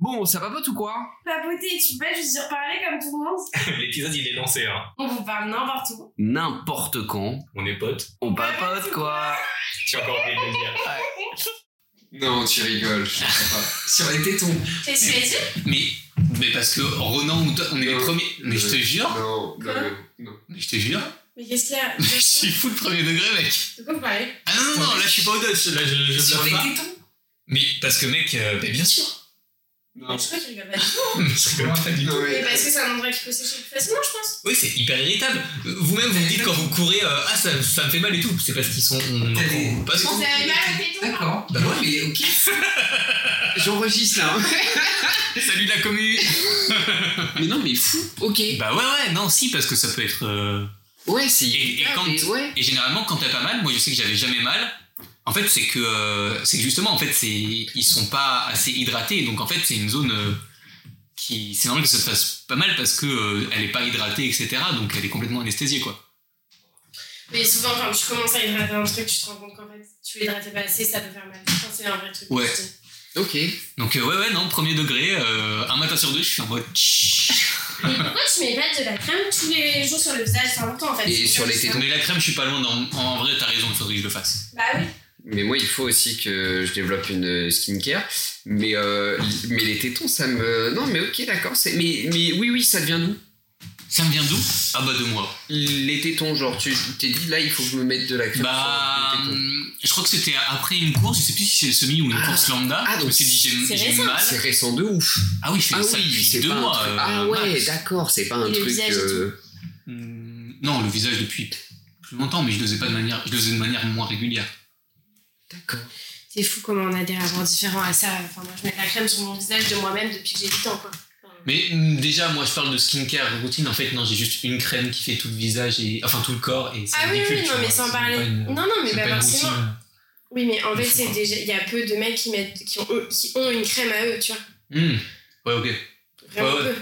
Bon, ça va pas tout quoi Papoter et Tubel, je suis reparlée comme tout le monde. L'épisode il est lancé, hein. On vous parle n'importe où. N'importe quand, On est potes. on papote quoi J'ai encore oublié de le dire. Non, tu rigoles, je comprends pas. Sur les tétons. Qu'est-ce que tu as dit Mais, mais parce que Ronan ou toi, on est les Non. premiers. Mais je te jure, Non, Quoi non, non. mais je te jure, Mais qu'est-ce qu'il y a je suis fou de premier degré, mec. De quoi vous parlez Ah non, non, non, là je suis pas au dodge, là je, je Sur bluffe les pas. tétons Mais parce que, mec, euh, mais bien sûr. Non. Je crois que je rigole pas du tout. je rigole pas du tout. Non, mais- Mais parce que c'est un endroit qui peut sécher plus facilement, je pense. Oui, c'est hyper irritable. Euh, Vous-même, vous me dites quand vous courez, euh, ah, ça, ça me fait mal et tout. C'est parce qu'ils sont. On, T'as des- on passe Vous avez mal au téton D'accord. Bah ouais. mais ok. J'enregistre là. hein. Salut la commune Mais non, mais fou, ok. Bah ouais, ouais, non, si, parce que ça peut être. euh, Ouais, c'est. Et- et quand- mais ouais. Et généralement, quand t'as pas mal, moi je sais que j'avais jamais mal. En fait, c'est que, euh, c'est que justement, en fait, c'est, ils sont pas assez hydratés. Donc, en fait, c'est une zone euh, qui. C'est normal que ça se fasse pas mal parce que euh, elle est pas hydratée, etc. Donc, elle est complètement anesthésiée, quoi. Mais souvent, quand tu commences à hydrater un truc, tu te rends compte qu'en fait, tu l'hydratais pas assez, ça peut faire mal. Je pense que c'est un vrai truc. Ouais. que je dis. Ok. Donc, euh, ouais, ouais, non, premier degré, euh, un matin sur deux, je suis en mode. tch. Mais pourquoi tu mets pas de la crème tous les jours sur le visage C'est important en fait. Et sur les tétons. Mais la crème, je suis pas loin. dans- en vrai, t'as raison, il faudrait que je le fasse. Bah oui. Mais moi, il faut aussi que je développe une euh, skincare. Mais, euh, mais les tétons, ça me. Non, mais ok, d'accord. c'est- Mais, mais oui, oui, ça devient nous. Ça me vient d'où Ah, bah, de moi. Les tétons, genre, tu t'es dit là, il faut que je me mette de la crème Bah, sur les tétons. hum, je crois que c'était après une course, je sais plus si c'est le semi ou une Ah. course lambda. Ah, je me donc suis dit, j'ai c'est j'ai récent. mal. C'est récent de ouf. Ah oui, je fais Ah ça oui, depuis c'est deux pas un mois. truc- euh, Ah ouais, max. d'accord, c'est pas Et un le truc. visage et euh, Hum, Non, le visage depuis plus longtemps, mais je le faisais pas de manière, je le faisais de manière moins régulière. D'accord. C'est fou comment on a des rapports différents à ça. Enfin, moi, je mets de la crème sur mon visage de moi-même depuis que j'ai 8 ans, quoi. Mais hum, déjà, moi, je parle de skincare routine. En fait, non, j'ai juste une crème qui fait tout le visage et enfin tout le corps et c'est Ah oui, ridicule, oui, tu non, vois, mais sans c'est parler. pas une- Non, non, mais c'est bah pas une forcément. routine. Oui, mais en Mais fait, c'est c'est pas. déjà. Il y a peu de mecs qui, mettent, qui, ont, eux- qui ont une crème à eux, tu vois. Hum, Ouais, ok. Vraiment Ouais, ouais. peu.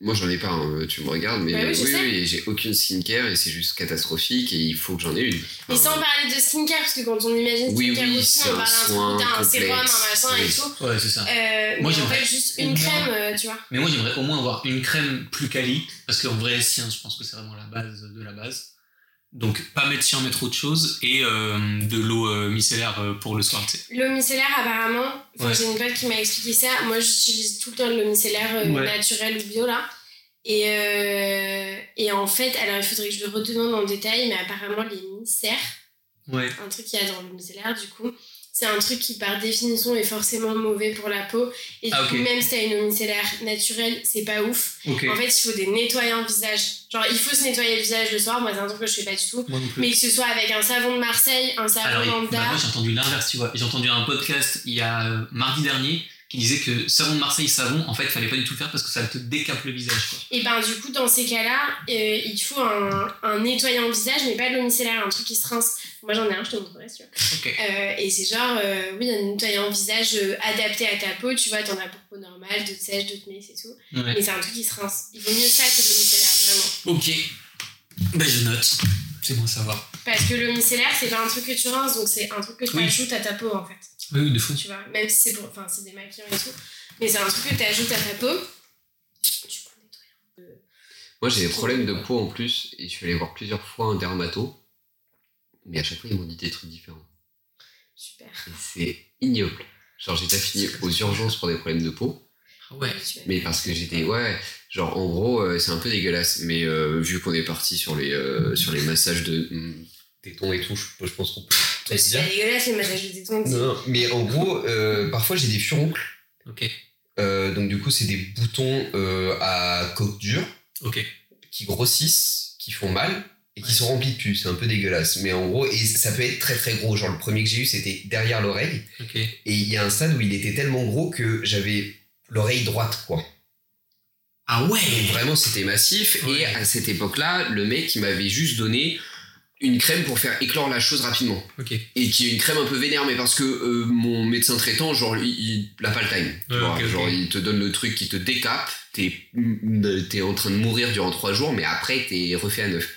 Moi, j'en ai pas, hein, tu me regardes, mais Bah oui, je oui, sais. oui, j'ai aucune skincare et c'est juste catastrophique et il faut que j'en ai une. Mais sans parler de skincare, parce que quand on imagine Oui, skincare oui, routine, c'est on un parle soin d'un truc, t'as un sérum, un complexe. machin et Oui. tout. Ouais, c'est ça. Euh, Moi, mais en j'aimerais fait, juste au une moins- crème, euh, tu vois. Mais moi, j'aimerais au moins avoir une crème plus quali, parce qu'en vrai, sien, je pense que c'est vraiment la base de la base. Donc, pas mettre sien, mettre autre chose, et euh, de l'eau euh, micellaire euh, pour le soir, tu sais. L'eau micellaire, apparemment, enfin, Ouais. j'ai une pote qui m'a expliqué ça. Moi, j'utilise tout le temps de l'eau micellaire euh, Ouais. naturelle ou bio, là. Et, euh, et en fait, alors il faudrait que je le redemande en détail, mais apparemment, les micères, Ouais. un truc qu'il y a dans le micellaire, du coup, c'est un truc qui, par définition, est forcément mauvais pour la peau. Et du Ah, coup, ok. même si t'as une eau micellaire naturelle, c'est pas ouf. Ok. En fait, il faut des nettoyants visage. Genre, il faut se nettoyer le visage le soir. Moi, c'est un truc que je fais pas du tout. Moi non plus. Mais que ce soit avec un savon de Marseille, un savon Alors, il- lambda. bah, moi, j'ai entendu l'inverse, tu vois. J'ai entendu un podcast il y a euh, mardi dernier qui disait que savon de Marseille, savon, en fait, fallait pas du tout le faire parce que ça te décape le visage, quoi. Et ben du coup, dans ces cas-là, euh, il faut un, un nettoyant visage, mais pas de l'eau micellaire, un truc qui se rince. Moi j'en ai un, je te montrerai, si tu Ok. vois. Euh, et c'est genre, euh, oui, un nettoyant visage euh, adapté à ta peau, tu vois, t'en as pour peau normale, d'autres sèches, d'autres minces et tout. Ouais. Mais c'est un truc qui se rince. Il vaut mieux ça que de l'eau micellaire, vraiment. Ok. Bah, je note. C'est bon à savoir. Parce que l'eau micellaire, c'est pas un truc que tu rinces, donc c'est un truc que tu Oui. ajoutes à ta peau en fait. Oui, oui, de fou. tu vois, même si c'est pour, enfin, c'est des maquillants et tout, mais c'est un truc que tu ajoutes à ta peau. Tu prends des trucs. Moi, j'ai des problèmes de peau en plus et je suis allé voir plusieurs fois un dermato, mais à chaque fois, ils m'ont dit des trucs différents. Super. Et c'est ignoble. Genre, j'ai déjà fini aux urgences pour des problèmes de peau, Ouais. Tu mais parce que j'étais. Ouais, genre, en gros, euh, c'est un peu dégueulasse, mais euh, vu qu'on est parti sur les, euh, sur les massages de hum, tétons et tout, je, je pense qu'on peut. vois. C'est pas dégueulasse les massages de tétons. Non, non, mais en gros, euh, parfois, j'ai des furoncles. Ok. Euh, donc, du coup, c'est des boutons euh, à coque dure. Ok. qui grossissent, qui font mal et qui Ouais. sont remplis de pus. C'est un peu dégueulasse. Mais en gros, et ça peut être très très gros. Genre le premier que j'ai eu, c'était derrière l'oreille. Ok. Et il y a un stade où il était tellement gros que j'avais l'oreille droite, quoi. Ah Donc ouais vraiment, c'était massif. Ouais. Et à cette époque-là, le mec, il m'avait juste donné une crème pour faire éclore la chose rapidement. Ok. Et qui est une crème un peu vénère, mais parce que euh, mon médecin traitant, genre, il, il n'a pas le time. tu Ouais, vois. ok, ok. genre, il te donne le truc qui te décape, t'es es en train de mourir durant trois jours, mais après, t'es refait à neuf.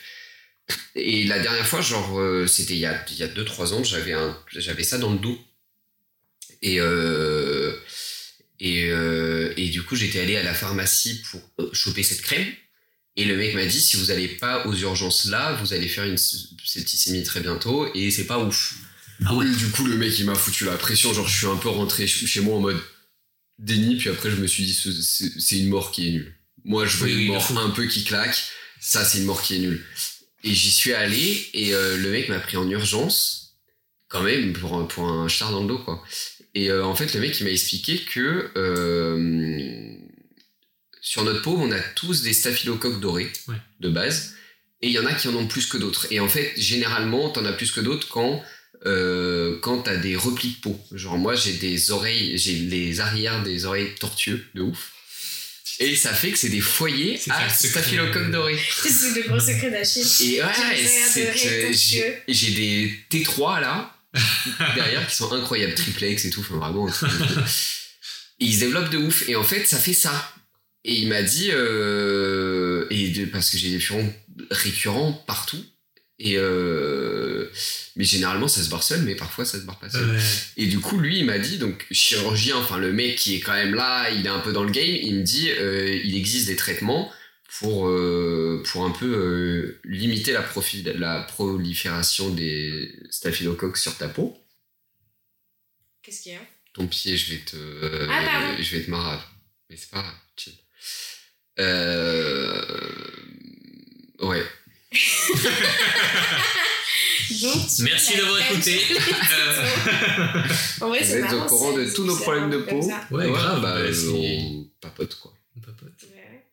Et la dernière fois, genre, euh, c'était il y a, il y a deux, trois ans, j'avais un- j'avais ça dans le dos. Et, euh, Et, euh, et du coup, j'étais allé à la pharmacie pour euh, choper cette crème. Et le mec m'a dit si vous n'allez pas aux urgences là, vous allez faire une s- septicémie très bientôt et c'est pas ouf. Ah ouais. Et Du coup, le mec il m'a foutu la pression. Genre, je suis un peu rentré ch- chez moi en mode déni. Puis après, je me suis dit ce- c'est c'est une mort qui est nulle. Moi, je veux Oui, une oui, de mort fou. un peu qui claque. Ça, c'est une mort qui est nulle. Et j'y suis allé et euh, le mec m'a pris en urgence, quand même, pour, un- pour un char dans le dos, quoi. Et euh, en fait, le mec, il m'a expliqué que euh, sur notre peau, on a tous des staphylocoques dorés, Ouais. de base, et il y en a qui en ont plus que d'autres. Et en fait, généralement, t'en as plus que d'autres quand, euh, quand t'as des replis de peau. Genre, moi, j'ai des oreilles, j'ai les arrières des oreilles tortueux, de ouf. Et ça fait que c'est des foyers C'est à ça, c'est- staphylocoques dorés. C'est le gros secret d'Achille. Et ouais, J'ai des c'est oreilles que tortueux. j'ai- j'ai des T3 là, derrière, qui sont incroyables, triplex et tout, enfin vraiment. un truc de fou. Et ils se développent de ouf. Et en fait, ça fait ça. Et il m'a dit, euh, et de- parce que j'ai des furons récurrents partout. Et euh, mais généralement, ça se barre seul, mais parfois, ça se barre pas seul. Et du coup, lui, il m'a dit, donc chirurgien, enfin le mec qui est quand même là, il est un peu dans le game, il me dit, euh, il existe des traitements pour, euh, pour un peu euh, limiter la, profi- la prolifération des staphylocoques sur ta peau. Qu'est-ce qu'il y a Ton pied, je vais te, euh, Ah, pardon. je vais te marave. Mais c'est pas grave, chill. Euh, ouais. Donc, tu Merci la d'avoir crème écouté. sur les Euh, En vrai, Vous c'est êtes au marrant, courant de c'est- tous nos c'est problèmes de un peu comme peau. ça. Ouais, grave, bah, bah, c'est- on papote quoi. on papote. Ouais.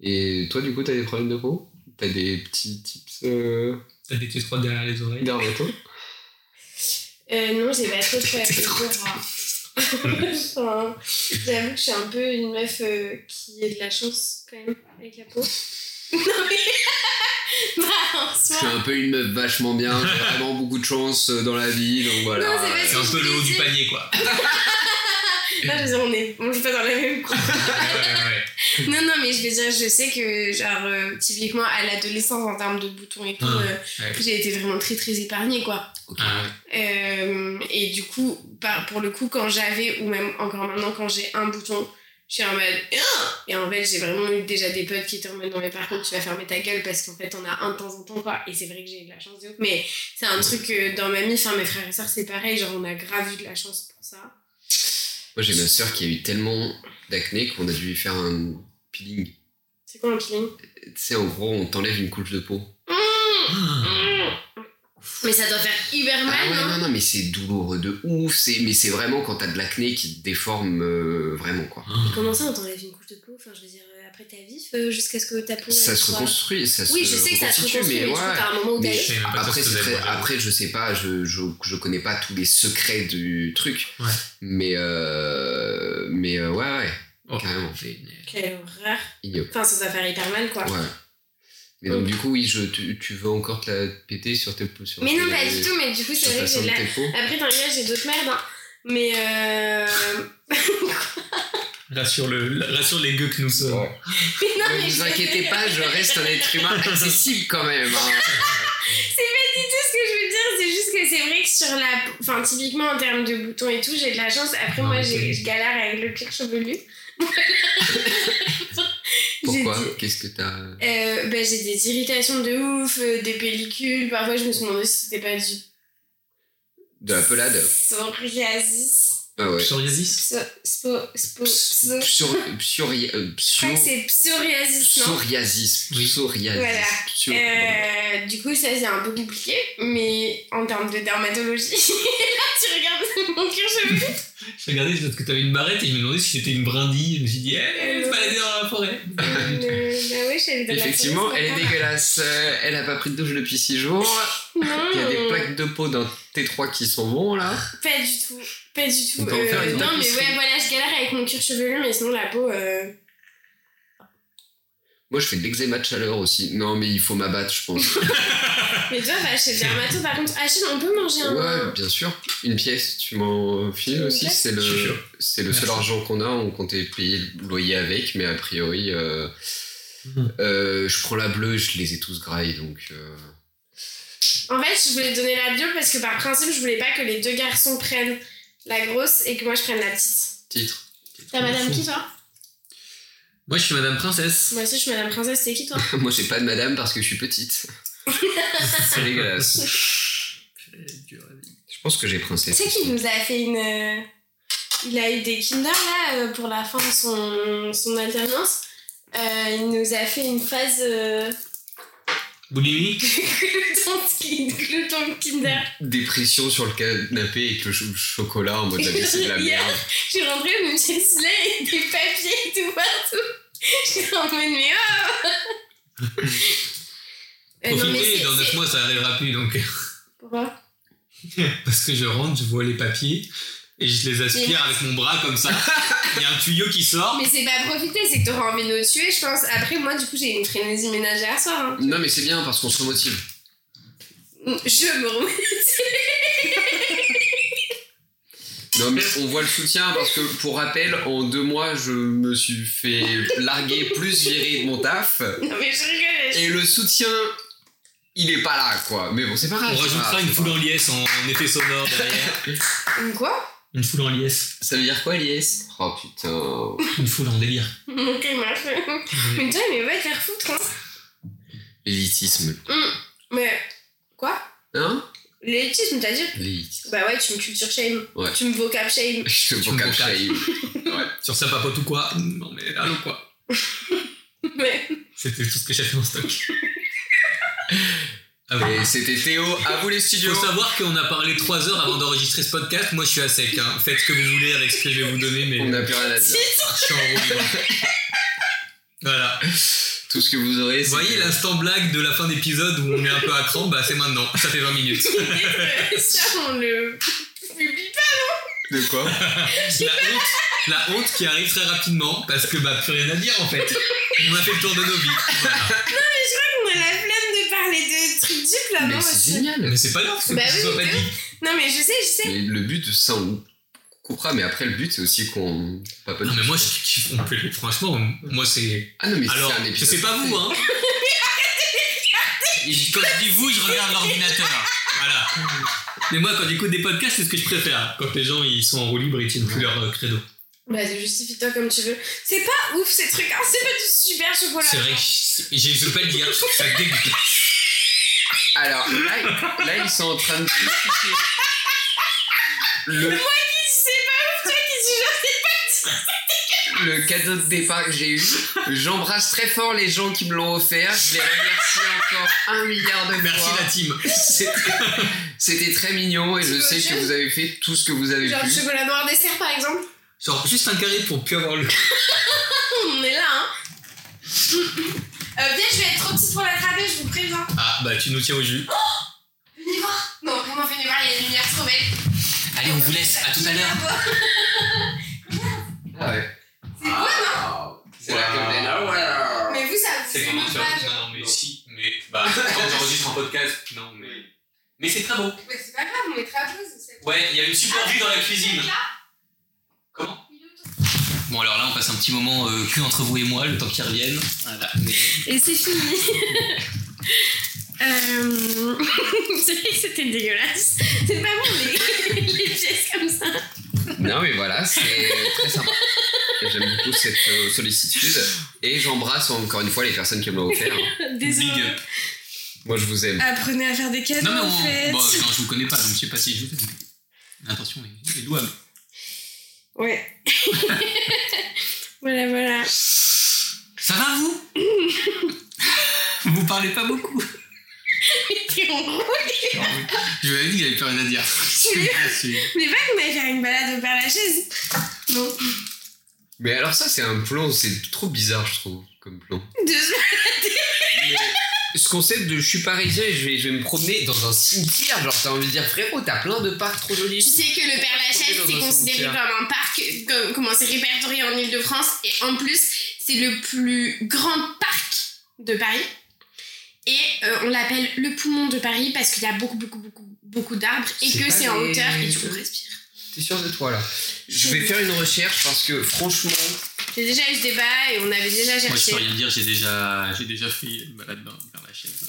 Et toi, du coup, t'as des problèmes de peau T'as des petits tips euh, T'as des T3 derrière les oreilles. dermato Euh, non, j'ai pas trop de problèmes de peau. moi. Enfin, J'avoue que je suis un peu une meuf euh, qui a de la chance quand même avec la peau. non mais. bah, en Je soi. suis un peu une meuf vachement bien, j'ai vraiment beaucoup de chance euh, dans la vie, donc voilà. Non, c'est pas C'est un peu le haut du panier, quoi. Là, je veux dire, on est. On joue pas dans la même cour. Non, non, mais je veux dire, je sais que, genre, euh, typiquement à l'adolescence, en termes de boutons et tout, Ah, euh, ouais. j'ai été vraiment très très épargnée, quoi. Ah, Euh, et du coup, par, pour le coup, quand j'avais, ou même encore maintenant, quand j'ai un bouton, je suis en mode. Ah Et en fait, j'ai vraiment eu déjà des potes qui étaient en mode non, mais par contre, tu vas fermer ta gueule parce qu'en fait, on a un de temps en temps, quoi. Et c'est vrai que j'ai eu de la chance de ouf. Mais c'est un truc euh, dans ma vie, enfin, mes frères et sœurs, c'est pareil, genre, on a grave eu de la chance pour ça. Moi j'ai ma soeur qui a eu tellement d'acné qu'on a dû lui faire un peeling. C'est quoi un peeling Tu sais, en gros, on t'enlève une couche de peau. Ah. Mais ça doit faire hyper mal, Ah ouais, non non, non, mais c'est douloureux de ouf, c'est- mais c'est vraiment quand t'as de l'acné qui te déforme euh, vraiment quoi. Comment ça, on t'enlève une couche de peau Enfin, je veux dire, euh, après ta vif, euh, jusqu'à ce que ta peau. Ça elle se soit- reconstruit, ça se Oui, je sais que ça se reconstitue, reconstruit, hein. mais mais, du coup, ouais. t'as un moment où Mais t'as- je sais même pas Après, sûr ce c'est que très- j'avais, moi, j'avoue. après, je sais pas, je, je, je connais pas tous les secrets du truc. Ouais. Mais, euh, mais euh, ouais, ouais, Oh. carrément. Quelle horreur Ignoble. Enfin, ça doit faire hyper mal, quoi. Ouais. Mais donc, du coup, oui, je, tu, tu veux encore te la péter sur tes peaux sur Mais non, tes- pas du tout, mais du coup, c'est Sur vrai ta que j'ai sonde de de la. tes peaux. Après, t'inquiète, j'ai d'autres merdes, hein. Mais euh. Rassure, le, rassure les gueux que nous sommes. Ouais. Mais non, Ne mais vous je- inquiétez pas, je reste un être humain accessible quand même. hein. Tout ce que je veux dire, c'est juste que c'est vrai que sur la. Enfin, typiquement en termes de boutons et tout, j'ai de la chance. Après, moi, j'ai- je galère avec le cuir chevelu. J'ai Pourquoi dit- Qu'est-ce que t'as Euh, ben, j'ai des irritations de ouf, euh, des pellicules. Parfois, je me suis demandé si c'était pas du De la pelade psoriasis. Ah ouais. Psoriasis Pso, spo, spo, pso. Psor- psori- euh, Je crois que psor- Ah, c'est psoriasis, non Psoriasis. Oui. Psoriasis. Voilà. Psor- Euh, du coup, ça c'est un peu compliqué, mais en termes de dermatologie, là tu regardes mon cuir chevelu. Je regardais c'est parce que t'avais une barrette et je me demandais si c'était une brindille. Je me suis dit, eh, se balader dans la forêt. Euh, bah ouais, j'avais de la Effectivement, psoriasis, elle est papa. dégueulasse. Euh, elle a pas pris de douche depuis 6 jours. Non, Il y a des plaques de peau dans T3 qui sont bons là. pas du tout, pas du tout. On peut en faire Euh, une non, mais tapisserie. ouais, voilà, je galère avec mon cuir chevelu, mais sinon la peau. euh, Moi je fais de l'eczéma de chaleur aussi. Non mais il faut m'abattre je pense. Mais toi, va chez le dermato, par contre, Achille, on peut manger un. Ouais bien sûr. Une pièce tu m'en files aussi. C'est le, Je suis chaud. c'est le seul Merci. argent qu'on a. On comptait payer le loyer avec mais a priori euh, Mhm. euh, je prends la bleue je les ai tous grailles donc... euh, En fait, je voulais donner la bio parce que par principe, je voulais pas que les deux garçons prennent la grosse et que moi je prenne la petite. titre. T'as madame qui toi Moi, je suis Madame Princesse. Moi aussi je suis madame princesse, c'est qui toi Moi, j'ai pas de madame parce que je suis petite. C'est dégueulasse. Je pense que j'ai Tu princesse. sais qu'il nous a fait une. euh, Il a eu des Kinder là euh, pour la fin de son, son alternance. Euh, il nous a fait une phase euh, Boulimi glouton de- glouton de Kinder. Dépression sur le canapé avec le cho- chocolat en mode la vie, c'est de la Hier, merde. je suis rentrée au musée et des papiers et tout partout. J'étais en mode mais oh Euh, non, mais Profitez, c'est- dans 9 c'est- mois, ça arrivera plus, donc... Pourquoi Parce que je rentre, je vois les papiers, et je les aspire avec mon bras, comme ça. Il y a un tuyau qui sort. Mais c'est pas profiter, c'est que t'auras envie de nous tuer, je pense. Après, moi, du coup, j'ai une frénésie ménagère ce soir. hein. Non, mais c'est bien parce qu'on se remotive. Je me remets. Non, mais on voit le soutien parce que, pour rappel, en deux mois, je me suis fait larguer plus virer de mon taf. Non, mais je rigole. je- Et le soutien, il est pas là, quoi. Mais bon, c'est pas grave. Ah, On c'est pas rajoutera grave, une c'est foule pas en liesse en en effet sonore derrière. Une Quoi Une foule en liesse. grave. Ça veut dire quoi, Lies Oh putain. Une foule en délire. Ok, marche. Mais toi, mais va te faire foutre, hein. L'élitisme. Mais quoi Hein L'élitisme, t'as dit L'élitisme. Bah ouais, tu me culture shame. Ouais. Tu me vocab shame. Je te Tu vocab me vocab. shame. Sur ça, papote ou quoi Non, mais allons, quoi. Mais C'était tout ce que j'avais en stock. Ah ouais. Et c'était Théo, à vous les Il studios. faut savoir qu'on a parlé 3 heures avant d'enregistrer ce podcast. Moi, je suis à sec. hein. Faites ce que vous voulez avec ce que je vais vous donner, mais On n'a plus rien à dire. je suis en roue libre. Voilà. Tout ce que vous aurez. Vous c'est voyez que- l'instant blague de la fin d'épisode où on est un peu à cran Bah, c'est maintenant. Ça fait 20 minutes. ça, on le publie pas. De quoi La honte, la honte qui arrive très rapidement parce que, bah, plus rien à dire en fait. On a fait le tour de nos vies. Voilà. On a la flemme de parler de trucs dupes là, non Mais c'est génial. Mais c'est pas grave, c'est Bah que ce oui, soit pas mais dit. Non, mais je sais, je sais. Mais le but, ça, on coupera, mais après, le but, c'est aussi qu'on. pas pas- Non, mais moi, je kiffe. on peut- Franchement, moi, c'est. Ah non, mais Alors, c'est un je épisode. sais pas vous, hein. Et je- quand je dis vous, je regarde l'ordinateur. Voilà. Mais moi, quand j'écoute des podcasts, c'est ce que je préfère. Quand les gens ils sont en roue libre, ils tiennent plus leur euh, credo. Bah, justifie-toi comme tu veux. C'est pas ouf ces trucs, hein, c'est pas du super chocolat. C'est vrai que je- je je veux pas le dire, je trouve ça dégueulasse. Alors, là, ils- là, ils sont en train de discuter. Le, C'est pas ouf, toi qui dis genre, c'est le cadeau de départ que j'ai eu, j'embrasse très fort les gens qui me l'ont offert. Je les remercie encore un milliard de Merci fois. la team. C'était- C'était très mignon et je Tu sais veux que vous avez fait tout ce que vous avez genre pu. le chocolat noir dessert par exemple. Genre, juste un carré pour plus avoir le. On est là, hein. Euh, Peut-être je vais être trop petite pour l'attraper, je vous préviens. Ah, bah, tu nous tiens au jus. Venez voir. Non, vraiment, venez voir, il y a une lumière trop belle. Allez, on vous laisse. À tout à l'heure. Ah ouais. C'est beau, non C'est la hein, Golden Hour. Mais vous, ça vous émeut pas. genre. Non, mais si. Mais bah, quand j'enregistre un podcast, non, mais. Mais c'est très beau. Mais c'est pas grave, on mettra à pause. c'est- Ouais, il y a une super vue dans la cuisine. Comment Bon, alors là, on passe un petit moment euh, cul entre vous et moi, le temps qu'ils reviennent. Voilà. Mais- Et c'est fini. Euh... c'est vrai que c'était dégueulasse. C'est pas bon les, les pièces comme ça. Non mais voilà, c'est très sympa. J'aime beaucoup cette euh, sollicitude et j'embrasse encore une fois les personnes qui me l'ont offert. Désolé. Big up. Moi je vous aime. Apprenez à faire des cadeaux Non, mais on. en fait. Bon, non, je vous connais pas, donc je sais pas si je vous aime, mais L'intention est, est louable. Ouais. voilà, voilà. Ça va, vous Vous parlez pas beaucoup. T'es en gros. Je vous avais dit qu'il n'y avait plus rien à dire. Mais pas qu'on allait faire une balade au Père Lachaise. Non. Mais alors ça c'est un plan, c'est trop bizarre je trouve comme plan. Deux Mais ce concept de je suis parisien et je vais, je vais me promener dans un cimetière, genre t'as envie de dire frérot t'as plein de parcs trop Tu jolis. sais que le Père Lachaise, c'est considéré comme un parc, comme, comment c'est répertorié en Ile-de-France, et en plus, c'est le plus grand parc de Paris. Et euh, on l'appelle le poumon de Paris parce qu'il y a beaucoup, beaucoup, beaucoup, beaucoup d'arbres et C'est que pas c'est en les- hauteur et du coup, on respire. T'es sûr de toi là Je vais faire une recherche parce que franchement J'ai déjà eu ce débat et on avait déjà Moi, je cherché. peux rien dire, j'ai déjà, j'ai déjà fait une balade dans vers la chaise euh,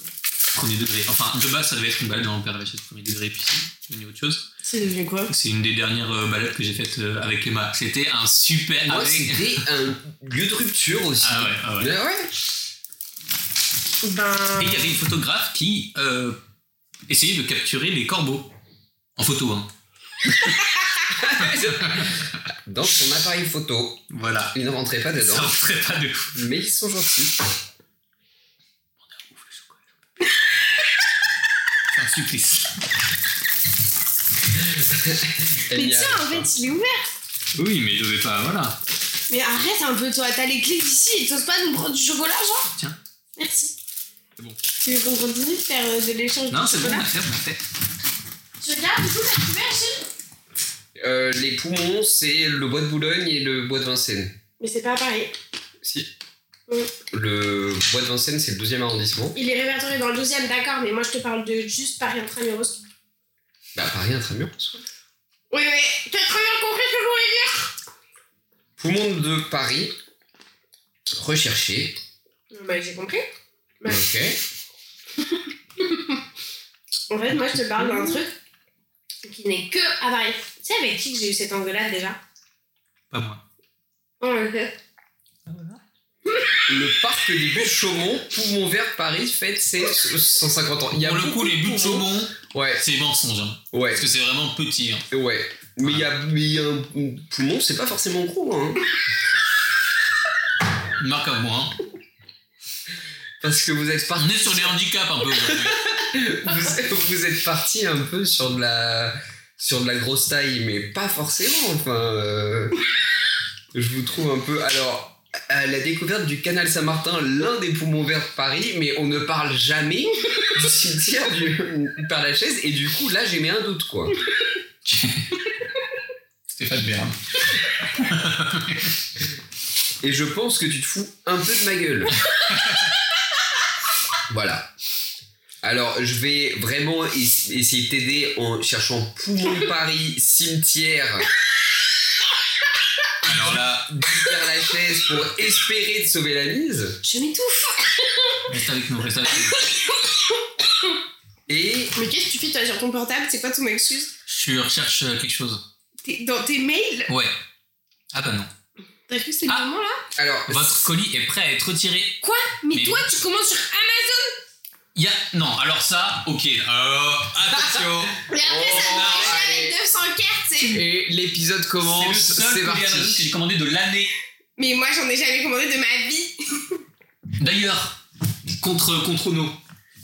premier degré. Enfin, de base, ça devait être une balade dans vers la chaise premier degré, puis c'est devenu autre chose. C'est devenu quoi C'est une des dernières euh, balades que j'ai faites euh, avec Emma. C'était un super. Moi, avec- c'était un lieu de rupture aussi. Ah ouais, ah ouais. Ah ouais. Ben. Et il y avait une photographe qui euh, essayait de capturer les corbeaux. En photo, hein. Dans son appareil photo, Voilà. il ne rentrait pas Ça dedans, rentrait pas de fou. mais ils sont gentils. C'est un supplice. Eh Mais bien, tiens, en fait, il est ouvert. Oui, mais je devais pas. Voilà. Mais arrête un peu, toi, t'as les clés d'ici et t'oses pas nous prendre du chocolat, genre Tiens. Merci. C'est bon. Tu veux qu'on continue de faire euh, de l'échange Non, de c'est bon, on chocolat a fait, on a fait. Tu regardes, du coup, t'as couvert, chérie euh, les poumons, c'est le bois de Boulogne et le bois de Vincennes. Mais c'est pas pareil. Si. Oui. Le bois de Vincennes, c'est le deuxième arrondissement. Il est répertorié dans le deuxième, d'accord, mais moi je te parle de juste Paris intramuros. Bah, Paris, intramuros. Oui, oui, t'as très bien compris ce que je voulais dire Poumons de Paris, recherché. Non, Bah, j'ai compris. Ouais. Ok. En fait, moi je te parle d'un truc qui n'est que à Paris. Tu sais avec qui que j'ai eu cette engueulade déjà Pas moi. On le fait. Le parc des buts de Chaumont, poumon vert Paris, fête ses 150 ans. Il y a Pour le beaucoup coup, les de buts de poumons. Chaumon, Ouais, c'est mensonge. hein. ouais, Parce que c'est vraiment petit. hein. ouais. Mais il y a, mais il y a un poumon, c'est pas forcément gros. Hein. Une marque à moi. hein. Parce que vous êtes On parti. est sur les handicaps un peu. aujourd'hui. Vous, vous êtes parti un peu sur de la sur de la grosse taille, mais pas forcément. Enfin, euh, je vous trouve un peu. Alors, à la découverte du canal Saint-Martin, l'un des poumons verts de Paris, mais on ne parle jamais du cimetière du Père Lachaise. Et du coup, là, j'ai mis un doute, quoi. Stéphane Bern. Et je pense que tu te fous un peu de ma gueule. voilà. Alors, je vais vraiment es- essayer de t'aider en cherchant poumon de Paris, cimetière. Alors là, Père Lachaise pour espérer de sauver la mise. Je m'étouffe reste avec nous, reste avec nous. Et Mais qu'est-ce que tu fais toi sur ton portable C'est quoi ton excuse Je suis- recherche euh, quelque chose. T'es- Dans tes mails Ouais. Ah bah non. T'as cru que c'était Ah. le moment là alors, Votre colis est prêt à être retiré. mais, Mais- toi tu commences sur Il y a... Non, alors ça, ok. Euh, attention. Mais après, ça Oh, me fait chier allez. avec 900 cartes, c'est. et l'épisode C'est le commence. seul C'est colis Amazon que parti. j'ai commandé de l'année. Mais moi, j'en ai jamais commandé de ma vie. D'ailleurs, contre, contre nous,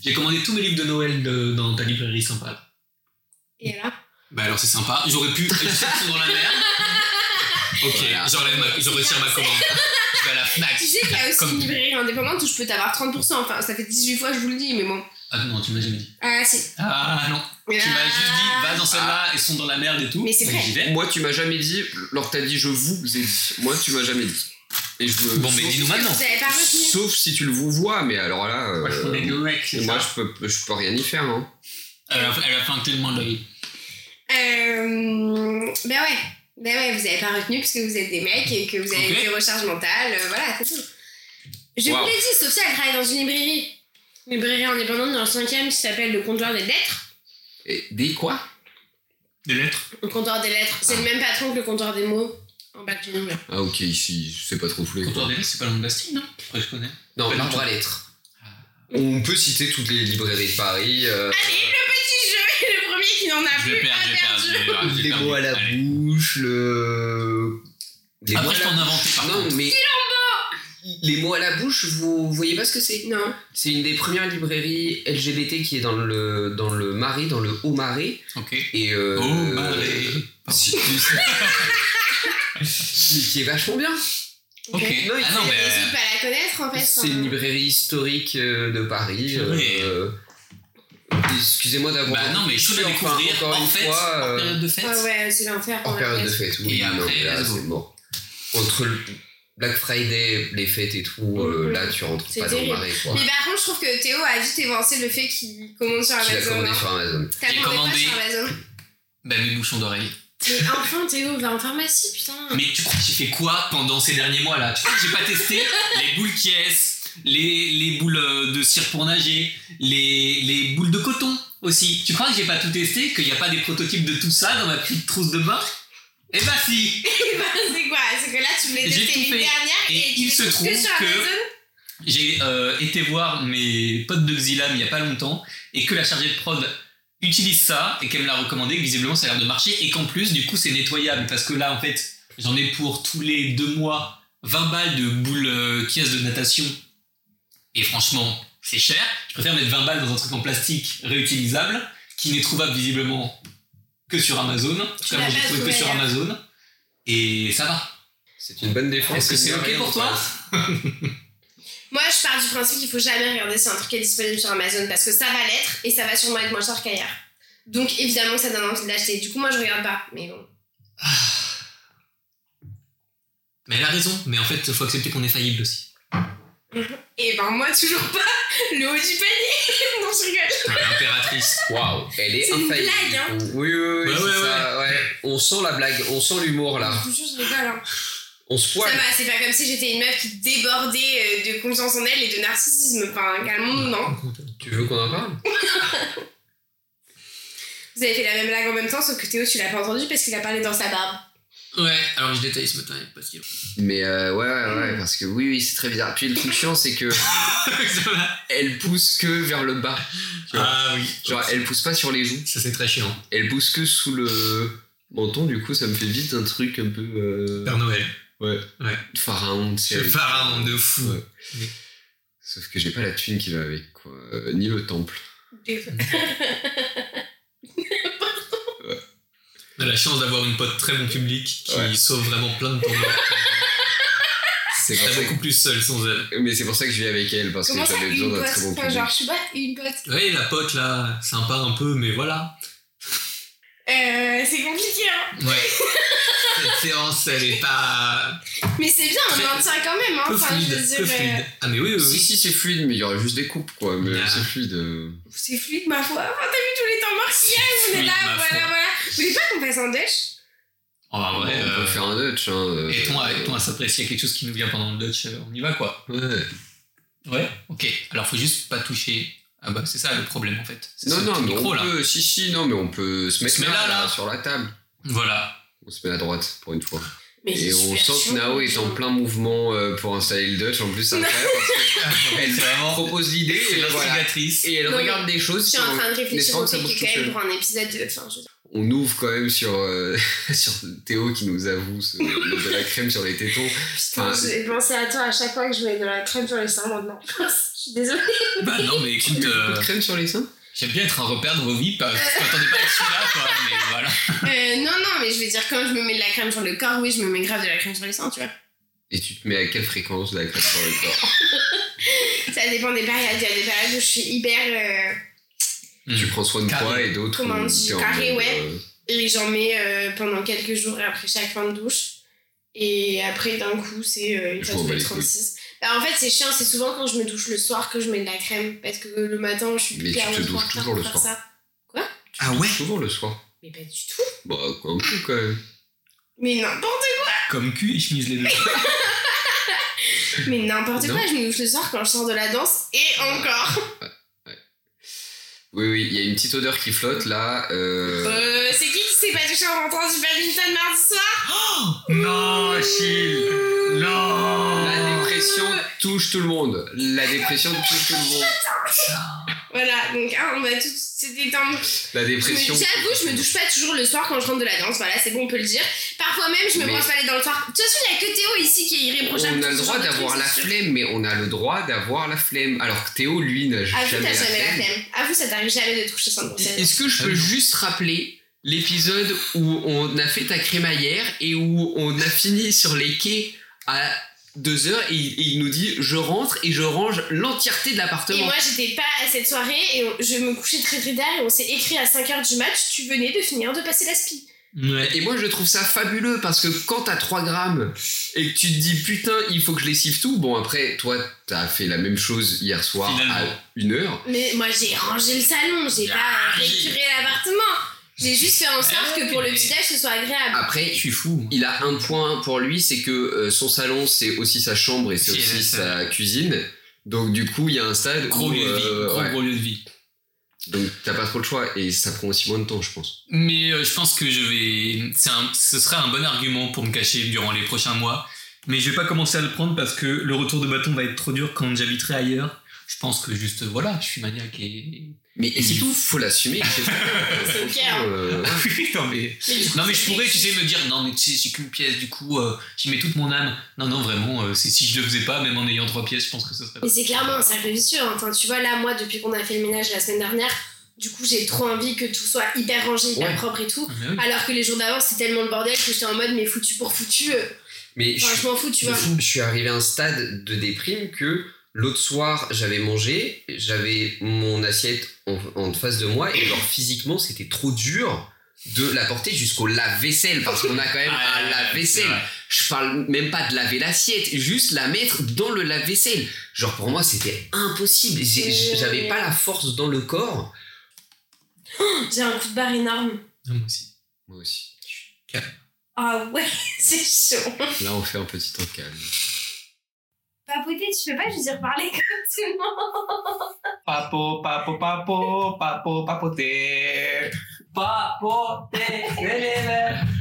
j'ai commandé tous mes livres de Noël de- dans ta librairie sympa. Et alors Bah alors c'est sympa. J'aurais pu être surtout dans la merde. Ok, Voilà. j'enlève ma... je retire ma commande. Je vais à la Fnac. Tu sais qu'il y a aussi Comme- une librairie indépendante où je peux t'avoir 30%. Enfin, ça fait 18 fois que je vous le dis, mais bon. Ah non, tu m'as jamais dit. Ah, si. Euh, Ah non. Mais Tu m'as là- juste dit, va dans celle-là, elles sont dans la merde et tout. Mais c'est Donc, vrai. j'y vais. Moi, tu m'as jamais dit. Lors t'as dit je vous ai dit. Moi, tu m'as jamais dit. Et je me- Bon, mais sauf- dis-nous maintenant. Vous avez pas retenu. Sauf si tu le vous vois, mais alors là. euh, moi, Elle je peux, je peux rien y faire. Hein. a fait- Euh, elle a fait un tellement de l'œil. Euh. Ben ouais. Ben ouais, vous avez pas retenu parce que vous êtes des mecs et que vous avez Ok. des recharges mentales. euh, voilà, c'est tout. Je Wow. vous l'ai dit, Sophia, elle travaille dans une librairie. Une librairie indépendante dans le 5 qui s'appelle le comptoir des lettres. Et des quoi Des lettres Le comptoir des lettres, c'est le même patron que le comptoir des mots en bac du Nord. Ah, ok, ici, c'est pas trop foulé. Comptoir des lettres, c'est pas le nom de Bastille, non Ouais, je connais. Non, Pas du l'arbre tout. à lettres. On peut citer toutes les librairies de Paris. euh, Allez, le petit jeu et le premier qui n'en a Je plus vais perdre, a je vais perdre, Ah, perdu. je vais perdre. je vais les perdre. mots à la Ah, Allez. bouche, le. Les mots à Après, je la peux en inventer par Non, contre. mais. Les mots à la bouche, vous voyez pas ce que c'est Non, C'est une des premières librairies LGBT qui est dans le, dans le Marais, dans le Haut-Marais. Ok. Et euh, Oh, Marais. si- mais qui est vachement bien. Ok. Non, il Ah fait non, mais mais. n'hésite pas à la connaître en fait. C'est hein. une librairie historique euh, de Paris. Purée. euh, Excusez-moi d'avoir. Bah non, mais je suis à Enfin, découvrir encore en une fête, fois, en euh, période de fête. Ah ouais, c'est l'enfer. En quand période même. de fête, oui. Et non, après, mais là, let's go. c'est mort. Entre le Black Friday, les fêtes et tout, euh, Mhm. là, tu rentres C'est pas dans le terrible. marais, quoi. Mais par contre, je trouve que Théo a vite évancé le fait qu'il commande sur Tu l'as Amazon. commandé hein. sur Amazon. T'as J'ai commandé pas commandé. sur Amazon. Bah, mes bouchons d'oreille. Mais enfin, Théo, va en pharmacie, putain. Mais tu crois que j'ai fait quoi pendant ces derniers mois là Tu crois que j'ai pas testé les boules qui les, les boules euh, de cire pour nager, les, les boules de coton aussi. Tu crois que j'ai pas tout testé, qu'il n'y a pas des prototypes de tout ça dans ma petite trousse de bain Eh bah si Eh ben, c'est quoi C'est que là, tu l'as J'ai testé tout l'année fait. dernière Et et, tu il les se trouves que trouve sur que- Amazon J'ai euh, été voir mes potes de Xylam il y a pas longtemps et que la chargée de prod utilise ça et qu'elle me l'a recommandé, que visiblement ça a l'air de marcher et qu'en plus du coup c'est nettoyable parce que là en fait j'en ai pour tous les deux mois 20 balles de boules euh, caisse de natation et franchement c'est cher. Je préfère mettre 20 balles dans un truc en plastique réutilisable qui n'est trouvable visiblement que sur Amazon. En tout cas, moi l'as j'ai pas trouvé que trouvé hein. sur ailleurs. Amazon et ça va. C'est une bonne défense. Est-ce que c'est mine de ok rien, pour on toi parle. Moi, je pars du principe qu'il faut jamais regarder si un truc est disponible sur Amazon parce que ça va l'être et ça va sûrement être moins cher qu'ailleurs. Donc, évidemment, ça donne envie de l'acheter. Du coup, moi, je regarde pas. Mais bon. Mais elle a raison, mais en fait faut accepter qu'on est faillible aussi. Et ben, moi, toujours pas le haut du panier. non, je rigole. L'impératrice. Waouh, elle est C'est une infaillible. blague, hein. Oui, oui, oui, Ouais, c'est ouais, ça, ouais. On sent la blague, on sent l'humour là. Je vous jure, je rigole. hein. On se Ça poile. va, c'est pas comme si j'étais une meuf qui débordait euh, de confiance en elle et de narcissisme. Enfin, calmons-nous, non Tu veux qu'on en parle Vous avez fait la même blague en même temps, sauf que Théo, tu l'as pas entendu parce qu'il a parlé dans sa barbe. Ouais, alors je détaille ce matin parce qu'il Mais euh, ouais, ouais, Mm. ouais, parce que oui, oui, c'est très bizarre. Puis le truc chiant, c'est que elle pousse que vers le bas. Ah oui. Genre, elle pousse pas sur les joues. Ça, c'est très chiant. Elle pousse que sous le menton, du coup, ça me fait vite un truc un peu. euh, Père Noël. Pharaon, tu sais, C'est avec- pharaon de fou. Ouais. Sauf que j'ai pas la thune qui va avec, quoi. Euh, ni le temple. On a la chance d'avoir une pote très bon public qui Ouais. sauve vraiment plein de temps. C'est pour T'as ça beaucoup plus seul sans elle. que- Mais c'est pour ça que je vis avec elle, parce ben, Comment que ça, j'avais besoin une d'un pote très bon Enfin, public. genre, je suis pas une pote. Ouais, la pote là, sympa un peu, mais voilà. Euh, c'est compliqué, hein. Ouais. Cette séance, elle est pas. Mais c'est bien, on Très- maintient quand même, hein. peu Enfin, fluide. je veux dire, peu euh, fluide. Ah, mais oui, oui, Si, oui. si, c'est fluide, mais il y aura juste des coupes, quoi. Mais Ah. c'est fluide. euh. C'est fluide, ma foi. Ah, t'as vu tous les temps morts qu'il y a, on est Fluide, là, ma voilà, foi. voilà. Vous voulez pas qu'on fasse un dutch Oh, bah, ouais, on euh, peut faire un Dutch, hein. euh, Et toi, et toi, ça, après, s'il y a quelque chose qui nous vient pendant le Dutch, euh, on y va quoi Ouais. Ouais. Ok. Alors faut juste pas toucher. Ah bah c'est ça le problème en fait. C'est Non, ce non, petit mais micro on là. peut. Si, si, non, mais on peut se mettre se met là, là, là, là. sur la table. Voilà. On se met à droite, pour une fois. Mais Et c'est on super sent que chaud, Nao est en plein mouvement euh, pour installer le Dutch en plus après. parce que C'est elle vraiment. propose l'idée C'est et, voilà. l'instigatrice. et elle Non, regarde des Je choses. suis en sur- train de réfléchir Laisse-moi au que ça fait bouge que tout quand même seul. pour un épisode de... Enfin, je veux dire, On ouvre quand même sur, euh, sur Théo qui nous avoue ce- de la crème sur les tétons. putain, Enfin, j'ai pensé à toi à chaque fois que je mets de la crème sur les seins maintenant. je suis désolée. Bah non mais écoute, euh, de crème sur les seins j'aime bien être un repère de vos vies. Pas, attendez pas à être celui-là quoi. Mais voilà. Euh, non, non, mais je veux dire, quand je me mets de la crème sur le corps, oui, je me mets grave de la crème sur les seins, tu vois. Et tu te mets à quelle fréquence de la crème sur le corps Ça dépend des périodes. Il y a des périodes où je suis hyper... euh, Tu prends soin de toi Carré. et d'autres. Comment on où dit t'es en Carré, mode, ouais. euh, Et j'en mets euh, pendant quelques jours après chaque fin de douche. Et après, d'un coup, c'est euh, une Je fois m'en tous bats les les couilles. 36. Bah, en fait, c'est chiant, c'est souvent quand je me douche le soir que je mets de la crème. Parce que le matin, je suis Mais hyper tu te longtemps en douches retard toujours pour le faire soir. ça. Ah ouais. Souvent le soir. Mais pas du tout. Bah, un peu quand même. Mais n'importe Comme cul et chemise les deux. mais n'importe Non. quoi, je me douche le soir quand je sors de la danse. Et encore. Oui, oui, il y a une petite odeur qui flotte là. euh, Euh, c'est qui qui s'est pas touché en rentrant du badminton mardi soir non, chill. euh, Non. La dépression touche tout le monde. La dépression touche tout le monde. Voilà, donc hein, on va tout se détendre. La Je me- dépression. J'avoue, je me douche pas toujours le soir quand je rentre de la danse, voilà, c'est bon, on peut le dire. Parfois même, je me Mais- brosse pas les dents le soir. De toute façon, il y a que Théo ici qui est irréprochable. On a sur le ce droit genre de d'avoir truc, la c'est sûr. flemme, mais on a le droit d'avoir la flemme. Alors que Théo, lui, n'a jamais, Avoue, t'as la jamais la flemme. flemme. Avoue, ça t'arrive jamais de toucher 100%. Est-ce que je Ah peux non. juste rappeler l'épisode où on a fait ta crémaillère et où on a fini sur les quais à deux heures et il, il nous dit je rentre et je range l'entièreté de Et l'appartement. moi, j'étais pas à cette soirée et on- je me couchais très très tard et on s'est écrit à 5h du match, tu venais de finir de passer la spie. Ouais. Et moi je trouve ça fabuleux parce que quand t'as 3 grammes et que tu te dis putain il faut que je les siffle tout, bon après toi t'as fait la même chose hier soir Finalement. à une heure. Mais moi, j'ai rangé le salon, j'ai pas récuré l'appartement. J'ai juste fait en sorte Ah, Eh que pour le oui. Ah, petit-déj, ce soit agréable. Après Je suis fou. il a un point pour lui, c'est que euh, son salon, c'est aussi sa chambre et c'est Si, aussi c'est ça. sa cuisine. Donc du coup, il y a un stade Gros où... lieu de vie. euh, Gros ouais. gros lieu de vie. Donc t'as pas trop le choix et ça prend aussi moins de temps, je pense. Mais euh, je pense que je vais. c'est un- ce sera un bon argument pour me cacher durant les prochains mois. Mais je vais pas commencer à le prendre parce que le retour de bâton va être trop dur quand j'habiterai ailleurs. Je pense que juste, voilà, je suis maniaque et. Mais et c'est tout, faut l'assumer. C'est C'est clair. euh, non, mais... non, mais je pourrais, tu sais, me dire, non, mais tu sais, j'ai qu'une pièce, du coup, euh, j'y mets toute mon âme. Non, non, vraiment, euh, c'est- si je le faisais pas, même en ayant trois pièces, je pense que ce serait pas. Mais c'est clairement un cercle vicieux. hein. Enfin, tu vois, là, moi, depuis qu'on a fait le ménage la semaine dernière, du coup, j'ai trop envie que tout soit hyper rangé, hyper Ouais. propre et tout. Ah, mais oui. Alors que les jours d'avant, c'était tellement le bordel que j'étais en mode, mais foutu pour foutu. euh, Mais je Enfin, je m'en fous, tu vois. Je suis arrivé à un stade de déprime que l'autre soir, j'avais mangé, j'avais mon assiette en, en face de moi, et genre physiquement, c'était trop dur de la porter jusqu'au lave-vaisselle, parce qu'on a quand même Ah, un c'est lave-vaisselle. vrai. Je parle même pas de laver l'assiette, juste la mettre dans le lave-vaisselle. Genre pour moi, c'était impossible. J'ai- Ouais. J'avais pas la force dans le corps. J'ai un coup de barre énorme. Non, moi aussi. Moi aussi. Ah ouais, c'est chaud. Là, on fait un petit temps calme. Papoter, tu peux pas juste dire parler comme tout le monde Papo, papo, papo, papo, papoté. Papoté,